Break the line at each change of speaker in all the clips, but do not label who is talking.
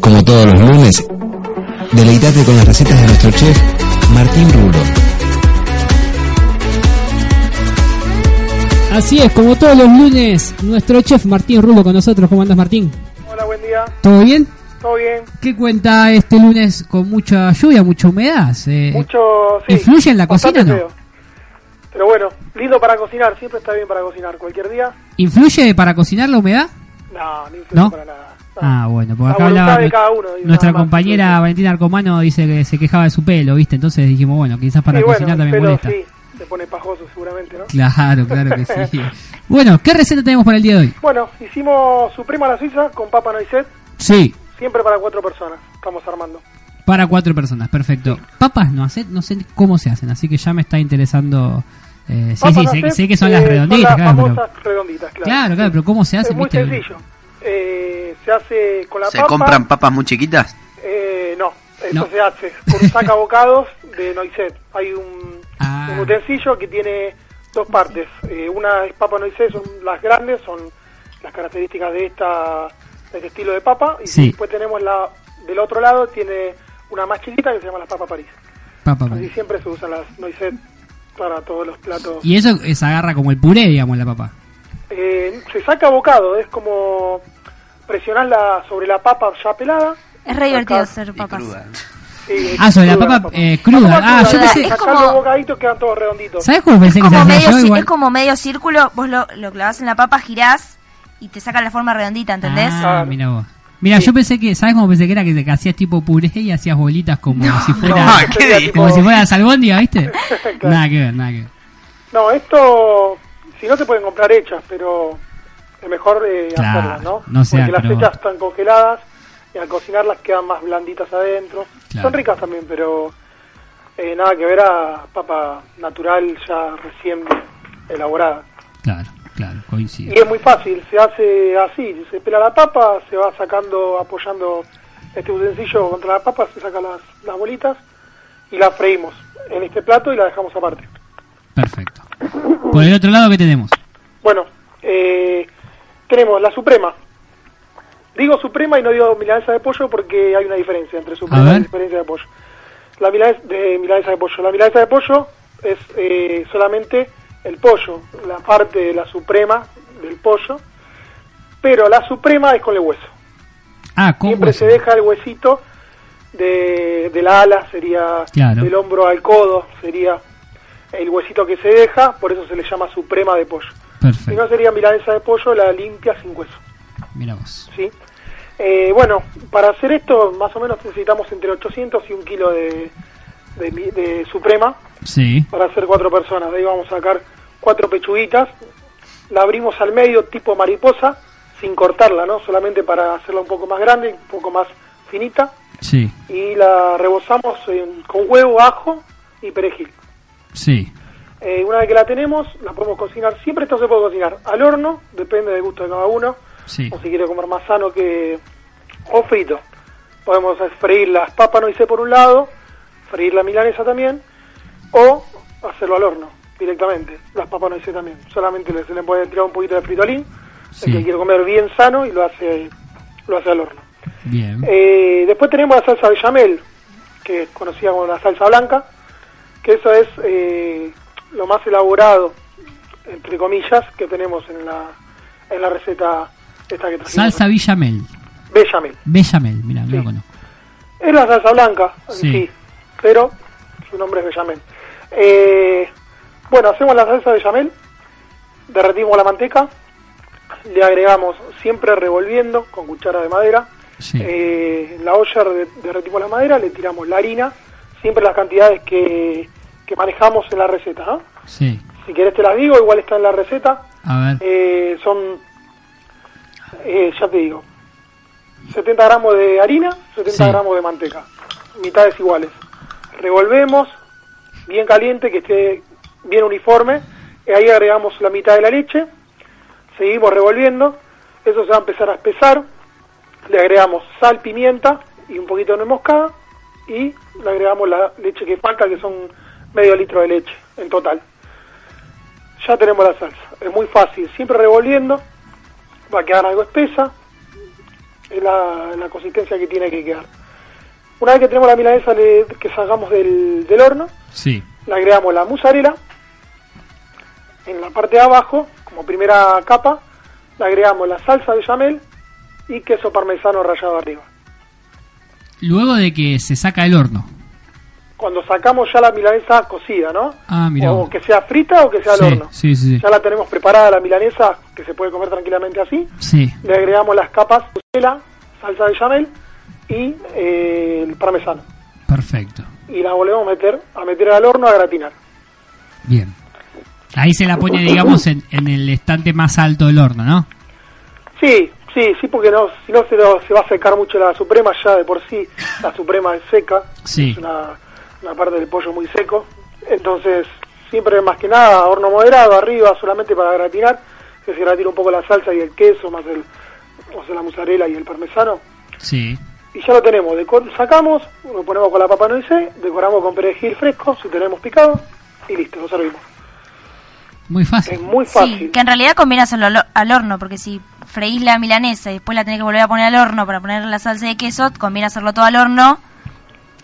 Como todos los lunes, deleítate con las recetas de nuestro chef Martín Rulo.
Así es, como todos los lunes, nuestro chef Martín Rulo con nosotros. ¿Cómo andas, Martín?
Hola, buen día.
¿Todo bien?
¿Todo bien?
¿Qué cuenta este lunes con mucha lluvia, mucha humedad? ¿Se-
Mucho,
Eh,
sí.
¿Influye en la
Bastante
cocina o no?
feo. Pero bueno, lindo para cocinar, siempre está bien para cocinar. Cualquier día,
¿Influye para cocinar la humedad?
no, no influye
¿No?
para nada. No.
Ah, bueno, porque
La
acá
voluntad
hablaba
de
nu-
cada uno, dice,
nuestra
nada más.
compañera Valentina Arcomano dice que se quejaba de su pelo, ¿viste? Entonces dijimos, bueno, quizás para
Sí, bueno,
cocinar también
pero
molesta.
sí, se pone pajoso seguramente, ¿no?
Claro, claro que sí. bueno, ¿qué receta tenemos para el día de hoy?
Bueno, hicimos suprema a la suiza con papa noisette,
Sí,
siempre para cuatro personas. Estamos armando.
Para cuatro personas, perfecto. Papas no hace, no sé cómo se hacen, así que ya me está interesando. eh, sí,
Papa
sí, sé,
noisette,
sé que son
eh,
las redonditas,
las
claro, pero,
famosas redonditas, claro.
claro, claro, pero ¿cómo se
es
hacen?
muy
viste?
sencillo. Eh, se hace con la
¿Se
papa.
compran papas muy chiquitas?
Eh, no, eso
No.
se hace con saca bocados de Noisette. Hay un,
Ah.
un utensilio que tiene dos partes. Eh, una es papa Noisette, son las grandes, son las características de esta de este estilo de papa. Y
Sí.
después tenemos la del otro lado, tiene una más chiquita que se llama la papa París.
Papa, papa.
Así siempre se usan las Noisette para todos los platos.
Y eso eh, se agarra como el puré, digamos, la papa.
Eh, se saca bocado, es como presionarla sobre la papa ya pelada.
Es re divertido
Acá-
hacer
Y
papas.
crudas.
Sí,
Ah, sobre la
cruda,
papa, eh, cruda.
La papa
Ah,
cruda,
yo pensé-
sacá
Es como-
los bocaditos quedan todos redonditos.
¿Sabes cómo pensé
Es
que se
como,
hacía
medio,
yo
ci-
igual?
es como medio círculo, vos lo, lo clavas en la papa, girás y te saca la forma redondita, ¿entendés?
Ah,
Claro.
mira vos. Mira,
Sí.
yo pensé que, ¿sabes cómo pensé que era? Que, que hacías tipo puré y hacías bolitas como si fuera.
no, Ah, ¿qué
sería
dices?
tipo-
Como si fuera salbóndiga, ¿viste?
Claro.
Nada que ver, nada que ver.
No, esto, si no se pueden comprar hechas, pero es mejor eh,
Claro,
hacerlas, ¿no?
no sea
Porque las
croto.
hechas están congeladas y al cocinarlas quedan más blanditas adentro.
Claro.
Son ricas también, pero eh, nada que ver a papa natural ya recién elaborada.
Claro, claro, coincido.
Y es muy fácil, se hace así, se pela la papa, se va sacando, apoyando este utensilio contra la papa, se saca las, las bolitas y las freímos en este plato y la dejamos aparte.
Perfecto. Por el otro lado, ¿qué tenemos?
Bueno, eh, tenemos la suprema. Digo suprema y no digo milanesa de pollo porque hay una diferencia entre
A
suprema
ver.
y diferencia de pollo. La milanesa de, milanesa de pollo. La milanesa de pollo es eh, solamente el pollo, la parte de la suprema del pollo, pero la suprema es con el hueso.
Ah, con
Siempre
hueso.
se deja el huesito de, de la ala, sería
Claro.
del hombro al codo, sería el huesito que se deja, por eso se le llama suprema de pollo. Si no
Perfecto.
sería milanesa de pollo, la limpia sin hueso,
Mira vos.
¿sí? Eh, bueno, para hacer esto más o menos necesitamos entre 800 y un kilo de, de, mi- de suprema
Sí,
para hacer cuatro personas. De ahí vamos a sacar cuatro pechuguitas, la abrimos al medio tipo mariposa, sin cortarla, ¿no? Solamente para hacerla un poco más grande, un poco más finita,
sí,
y la rebozamos en- con huevo, ajo y perejil.
sí.
Eh, una vez que la tenemos, la podemos cocinar. Siempre esto se puede cocinar al horno, depende del gusto de cada uno.
Sí.
O si quiere comer más sano que. O frito. Podemos freír las papas, no hice por un lado, freír la milanesa también, o hacerlo al horno directamente. Las papas no hice también. Solamente le- se le puede tirar un poquito de fritolín,
Sí.
el que quiere comer bien sano y lo hace, lo hace al horno.
Bien.
Eh, después tenemos la salsa bechamel, que es conocida como la salsa blanca, que eso es eh, lo más elaborado, entre comillas, que tenemos en la, en la receta esta que trajimos.
Salsa Villamel.
bechamel.
Bellamel, mira, no lo
Sí.
conozco.
Es la salsa blanca, en
Sí.
sí. pero su nombre es bechamel. Eh, bueno, hacemos la salsa bechamel, derretimos la manteca, le agregamos siempre revolviendo con cuchara de madera,
Sí.
eh, en la olla de- derretimos la madera, le tiramos la harina, siempre las cantidades que, que manejamos en la receta. ¿no?
Sí.
Si querés te las digo, igual está en la receta.
A ver.
Eh, son, eh, ya te digo, 70 gramos de harina, 70
Sí.
gramos de manteca, mitades iguales. Revolvemos, bien caliente, que esté bien uniforme. y ahí agregamos la mitad de la leche, seguimos revolviendo. Eso se va a empezar a espesar. Le agregamos sal, pimienta y un poquito de nuez moscada. Y le agregamos la leche que falta, que son medio litro de leche en total. Ya tenemos la salsa. Es muy fácil, siempre revolviendo. Va a quedar algo espesa. Es la, la consistencia que tiene que quedar. Una vez que tenemos la milanesa le- que sacamos del, del horno,
Sí.
le agregamos la mozzarella. En la parte de abajo, como primera capa, le agregamos la salsa bechamel y queso parmesano rallado arriba.
Luego de que se saca el horno.
Cuando sacamos ya la milanesa cocida, ¿no?
Ah, mirá.
O que sea frita o que sea
sí,
al horno.
sí, sí, sí.
Ya la tenemos preparada la milanesa, que se puede comer tranquilamente así.
Sí.
Le agregamos las capas mozzarella, salsa bechamel y eh, el parmesano.
Perfecto.
Y la volvemos a meter, a meter al horno a gratinar.
Bien. Ahí se la pone, digamos, en, en el estante más alto del horno, ¿no?
Sí, sí, sí, porque no, si no se, lo- se va a secar mucho la Suprema, ya de por sí la Suprema es seca,
Sí.
es una, una parte del pollo muy seco, entonces siempre más que nada horno moderado arriba solamente para gratinar, que se gratina un poco la salsa y el queso, más el, o sea, la mozzarella y el parmesano,
Sí.
y ya lo tenemos, deco- sacamos, lo ponemos con la papa noisé, decoramos con perejil fresco, si tenemos picado, y listo, lo servimos.
Muy
Es
fácil.
muy fácil.
Sí, que en realidad conviene hacerlo al, al horno, porque si freís la milanesa y después la tenés que volver a poner al horno para poner la salsa de queso, conviene hacerlo todo al horno.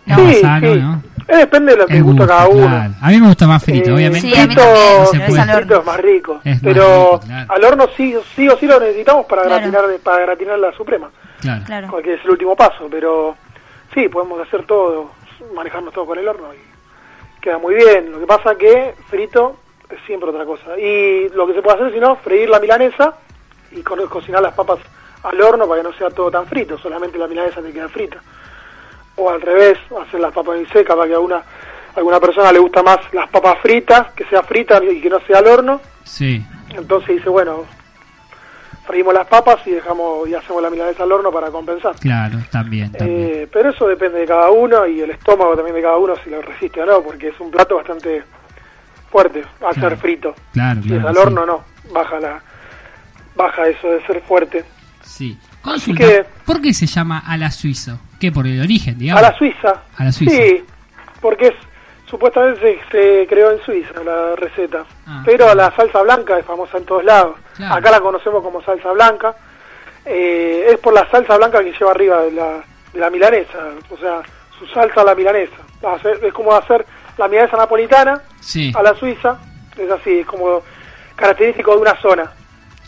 No, sano, ¿no?
Eh, depende de lo que
El
gusta cada uno.
claro. A mí me gusta más frito,
Eh,
obviamente.
Sí, a mí
frito-
también,
No se
pero
puede.
al horno.
frito es más rico.
Es más
pero
rico, claro.
al horno sí, sí o sí lo necesitamos para
Claro.
gratinar para gratinar la suprema,
Claro.
Claro.
que es el último paso, pero sí, podemos hacer todo, manejarnos todo con el horno y queda muy bien. Lo que pasa que frito es siempre otra cosa. Y lo que se puede hacer si no, freír la milanesa y co- cocinar las papas al horno para que no sea todo tan frito, solamente la milanesa te queda frita o al revés, hacer las papas muy secas para que a una, a alguna persona le gusta más las papas fritas, que sea frita y que no sea al horno.
Sí.
Entonces dice, bueno, freímos las papas y dejamos y hacemos la milanesa al horno para compensar.
Claro, también, también.
Eh, pero eso depende de cada uno y el estómago también de cada uno si lo resiste o no, porque es un plato bastante fuerte al
Claro.
ser frito.
Claro,
Si es
claro,
al
sí.
horno no, baja la baja eso de ser fuerte.
Sí.
Así
Consulta,
que-
¿por qué se llama ala suizo? ¿Qué? Por el origen,
A
digamos.
la Suiza.
A la Suiza.
Sí, porque es, supuestamente se, se creó en Suiza la receta.
Ah.
Pero la salsa blanca es famosa en todos lados.
Claro.
Acá la conocemos como salsa blanca. Eh, es por la salsa blanca que lleva arriba de la, de la milanesa. O sea, su salsa a la milanesa. Hacer- Es como hacer la milanesa napolitana
Sí,
a la Suiza. Es así, es como característico de una zona.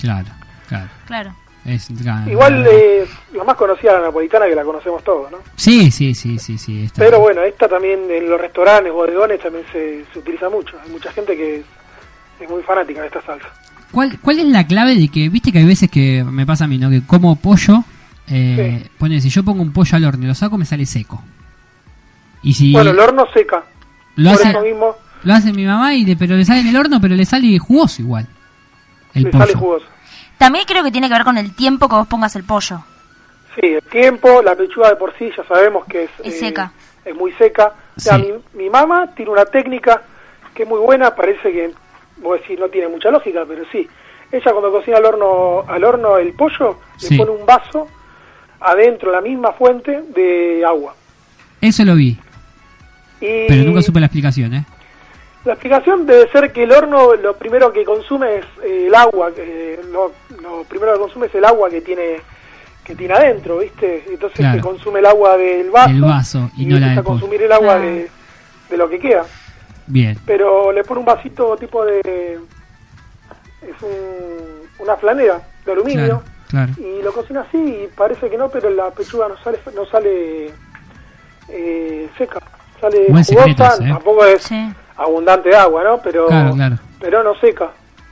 claro, claro.
Claro.
Es- claro.
Igual eh, la más conocida la napolitana que la conocemos todos, ¿no?
Sí, sí, sí, sí, sí. está
Pero
bien.
bueno, esta también en los restaurantes, bodegones, también se, se utiliza mucho. Hay mucha gente que es, es muy fanática de esta salsa.
¿Cuál, ¿Cuál es la clave de que, viste que hay veces que me pasa a mí, ¿no? Que como pollo, eh, pone, si yo pongo un pollo al horno y lo saco, me sale seco. Y si
Bueno, el horno seca.
lo,
por
hace,
eso mismo
lo hace mi mamá, y le- pero le sale en el horno, pero le sale jugoso igual. El
le
pollo.
sale jugoso.
También creo que tiene que ver con el tiempo que vos pongas el pollo.
Sí, el tiempo, la pechuga de por sí ya sabemos que es, eh,
Es seca.
es muy seca. O sea,
Sí.
mi, mi mamá tiene una técnica que es muy buena, parece que, vos decís, no tiene mucha lógica, pero sí. Ella cuando cocina al horno, al horno el pollo,
Sí.
le pone un vaso adentro, la misma fuente de agua.
Eso lo vi,
Y
pero nunca supe la explicación, ¿eh?
La explicación debe ser que el horno lo primero que consume es eh, el agua, eh, lo, lo primero que consume es el agua que tiene que tiene adentro, ¿viste? Entonces
Claro.
se consume el agua del vaso,
Del vaso, y no la
empieza
del
a consumir el agua de, de lo que queda.
Bien.
Pero le pone un vasito tipo de... es un- una flanera de aluminio
Claro, claro.
y lo cocina así y parece que no, pero la pechuga no sale no sale eh, seca, sale
Buen secreto
jugosa,
ese, ¿eh?
tampoco es
Sí.
abundante de agua, ¿no? Pero,
Claro, claro.
pero no seca.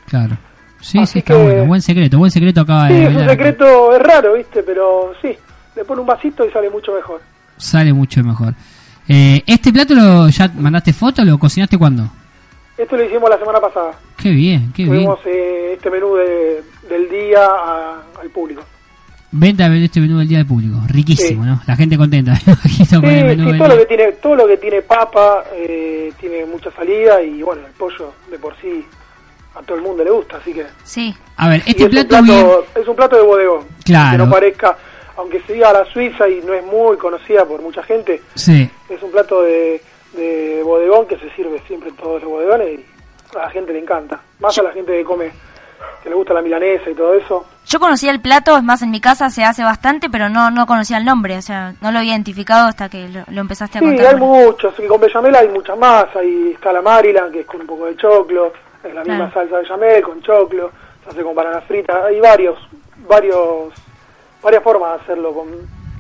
Claro. Sí,
Así
sí, está
que-
bueno. Buen secreto, buen secreto acaba
Sí,
de
es un
revelar.
secreto, es raro, ¿viste? Pero sí, le pone un vasito y sale mucho mejor.
Sale mucho mejor. Eh, ¿Este plato lo ya mandaste foto? ¿Lo cocinaste cuándo?
Esto lo hicimos la semana pasada.
Qué bien, qué bien.
Tuvimos eh, este menú de- del día a- al público.
Venta de este menú del día del público. Riquísimo,
Sí.
¿no? La gente contenta, me imagino, con
Sí,
Ah, el menú
sí,
del
todo lo que
día.
tiene, todo lo que tiene papa eh, tiene mucha salida y bueno, el pollo de por sí a todo el mundo le gusta, así que
Sí,
A ver,
y
este
es,
plato,
un
bien.
plato es un plato de bodegón, que
Claro.
no parezca, aunque se diga a la Suiza y no es muy conocida por mucha gente,
Sí.
es un plato de, de bodegón que se sirve siempre en todos los bodegones y a la gente le encanta, más a la gente que come, que le gusta la milanesa y todo eso,
yo conocía el plato, es más, en mi casa se hace bastante, pero no, no conocía el nombre, o sea, no lo había identificado hasta que lo, lo empezaste a
Sí,
contar.
hay muchos. Y con bechamel hay muchas más. Ahí está la Maryland, que es con un poco de choclo. Es la misma
Claro.
salsa de bechamel con choclo. Se hace con banana frita. Hay varios, varios, varias formas de hacerlo con,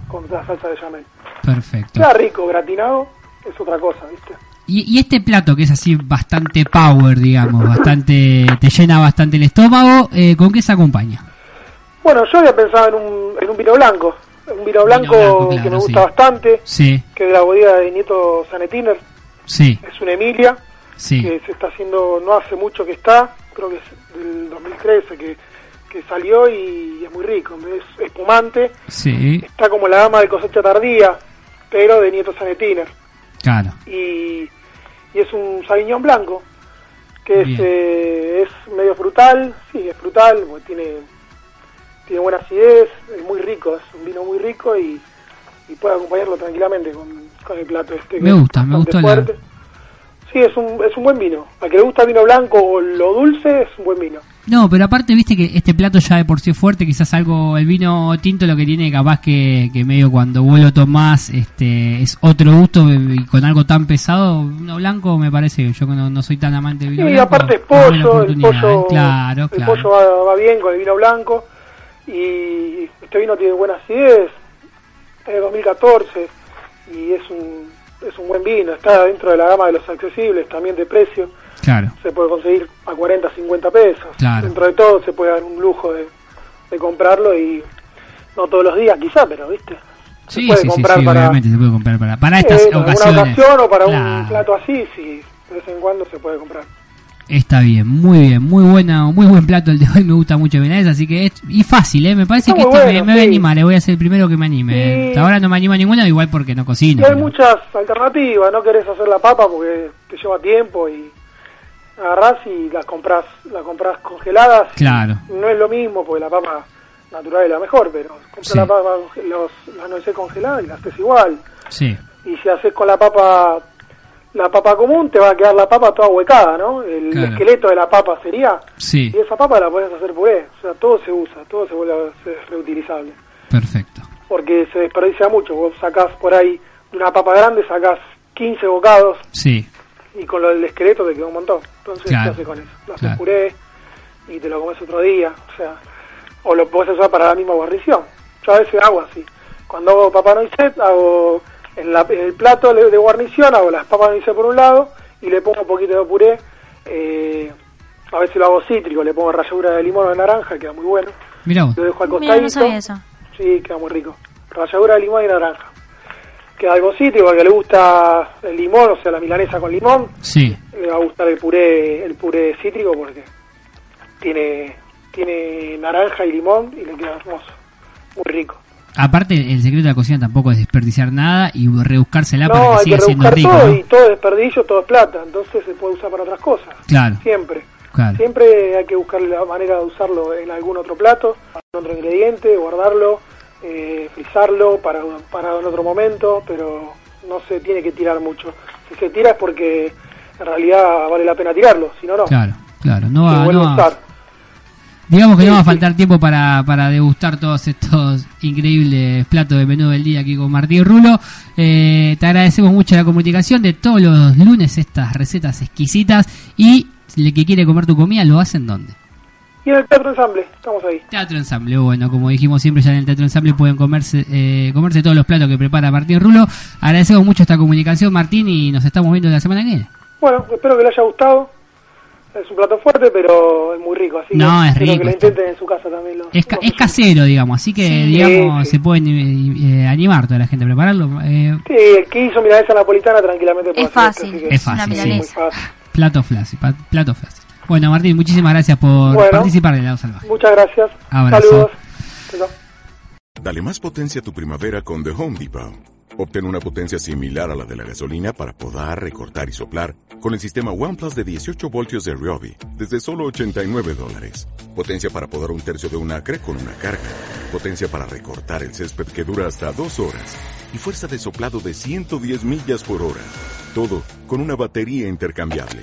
con la salsa de bechamel.
Perfecto.
Está rico, gratinado. Es otra cosa, ¿viste?
Y, y este plato que es así bastante power, digamos, bastante te llena bastante el estómago, eh, ¿con qué se acompaña?
Bueno, yo había pensado en un, en un vino blanco. Un vino blanco,
blanco,
que
claro,
me gusta
sí.
bastante.
Sí,
Que es de la bodega de Nieto Sanetiner.
sí,
Es una Emilia.
sí,
que se está haciendo, no hace mucho que está, creo que es del 2013 que, que salió y es muy rico, es espumante,
sí,
está como la dama de cosecha tardía, pero de Nieto Sanetiner,
claro.
y, y es un sabiñón blanco, que es,
Bien.
eh, es medio frutal, sí, es frutal, porque tiene, tiene buena acidez, es muy rico, es un vino muy rico y, y puede acompañarlo tranquilamente con, con el plato este. que
Me
es
gusta, me
bastante
gustó la-
fuerte. Sí, es un, es un buen vino. Al que le gusta el vino blanco o lo dulce, es un buen vino.
No, pero aparte viste que este plato ya de por sí es fuerte, quizás algo, el vino tinto lo que tiene capaz que, que medio cuando vos lo tomás este, es otro gusto y con algo tan pesado, vino blanco me parece, yo que no, no soy tan amante del
Sí,
vino
y
blanco,
aparte es
una buena
pollo, el
oportunidad,
pollo,
¿eh? claro,
el
claro.
pollo va, va bien con el vino blanco y este vino tiene buena acidez, es de 2014 y es un, es un buen vino, está dentro de la gama de los accesibles, también de precio,
Claro,
se puede conseguir a 40, 50 pesos,
Claro.
dentro de todo se puede dar un lujo de, de comprarlo y no todos los días quizá, pero viste, se
sí,
puede
sí, sí,
comprar
sí,
para-
obviamente se puede comprar para, para
eh,
estas
para
ocasiones.
una ocasión o para un
Claro.
plato así, sí, de vez en cuando se puede comprar.
Está bien, muy bien, muy buena, muy buen plato el de hoy, me gusta mucho Benares, así que es y fácil, ¿eh? me parece
Está
que
muy
este me,
bueno,
me va a
sí.
animar, le voy a ser el primero que me anime.
Sí.
Hasta ahora no me anima ninguna, igual porque no cocino.
Y hay
pero-
muchas alternativas, no querés hacer la papa porque te lleva tiempo y agarrás y las compras, las compras congeladas.
Claro.
No es lo mismo porque la papa natural es la mejor, pero compras
Sí.
la papa, conge- los, las nueces congeladas y las haces igual.
Sí,
Y si haces con la papa, la papa común, te va a quedar la papa toda huecada, ¿no? El
Claro.
esqueleto de la papa sería.
sí,
Y esa papa la podés hacer puré, o sea, todo se usa, todo se vuelve a ser reutilizable
perfecto.
porque se desperdicia mucho. Vos sacás por ahí de una papa grande, sacás 15 bocados
Sí,
y con lo del esqueleto te quedó un montón. Entonces,
Claro,
¿qué haces con eso? Lo haces
claro.
puré y te lo comes otro día. O sea, o lo podés usar para la misma guarnición. Yo a veces hago así. Cuando hago papa noisette, hago en, la- en el plato le- de guarnición, hago las papas noisette por un lado y le pongo un poquito de puré. eh, a veces lo hago cítrico, le pongo ralladura de limón o de naranja, queda muy bueno.
mira vos.
Lo dejo al
Mira,
costadito.
no sabía eso.
Sí, queda muy rico. Ralladura de limón y naranja. Queda algo cítrico, al que le gusta el limón, o sea, la milanesa con limón,
Sí,
le va a gustar el puré, el puré cítrico porque tiene, tiene naranja y limón y le queda hermoso. Muy rico.
aparte el secreto de la cocina tampoco es desperdiciar nada y rebuscársela para que
no, hay que
siga siendo
rebuscar
rico.
todo
¿no?
y todo es desperdicio, todo es plata, entonces se puede usar para otras cosas.
Claro,
Siempre.
claro,
Siempre hay que buscar la manera de usarlo en algún otro plato, en otro ingrediente, guardarlo, eh, frizarlo para, para en otro momento, pero no se tiene que tirar mucho. Si se tira es porque en realidad vale la pena tirarlo, si no, no.
claro, claro. No
Se
va,
vuelve
no
a
va-
usar.
Digamos que
Sí,
no va a
sí.
faltar tiempo para, para degustar todos estos increíbles platos de menú del día aquí con Martín Rulo. Eh, te agradecemos mucho la comunicación de todos los lunes estas recetas exquisitas y el que quiere comer tu comida lo hacen donde.
Y en el teatro ensamble, estamos ahí.
Teatro Ensamble, bueno, como dijimos siempre ya en el Teatro Ensamble pueden comerse eh, comerse todos los platos que prepara Martín Rulo. Agradecemos mucho esta comunicación Martín y nos estamos viendo la semana que viene.
Bueno, espero que les haya gustado. Es un plato fuerte, pero es muy rico, así
No,
que
es
espero
rico,
que lo
está.
intenten en su casa también. Los,
Es, ca-
los
es casero, digamos, así que
Sí.
digamos
Sí, sí.
se pueden eh, eh, animar toda la gente a prepararlo. Eh,
Sí, el que hizo milanesa napolitana tranquilamente puede
Es
hacer esto,
fácil,
así que
Es fácil,
una
sí.
muy
milanesa.
fácil.
Plato fácil, pa- plato fácil. Bueno, Martín, muchísimas gracias por
Bueno.
participar de Lado Salvaje.
Muchas gracias.
Abrazo.
Saludos. Chao, chao.
Dale más potencia a tu primavera con The Home Depot. Obtén una potencia similar a la de la gasolina para podar, recortar y soplar con el sistema OnePlus de 18 voltios de Ryobi desde solo 89 dólares. Potencia para podar un tercio de un acre con una carga. Potencia para recortar el césped que dura hasta dos horas. Y fuerza de soplado de 110 millas por hora. Todo con una batería intercambiable.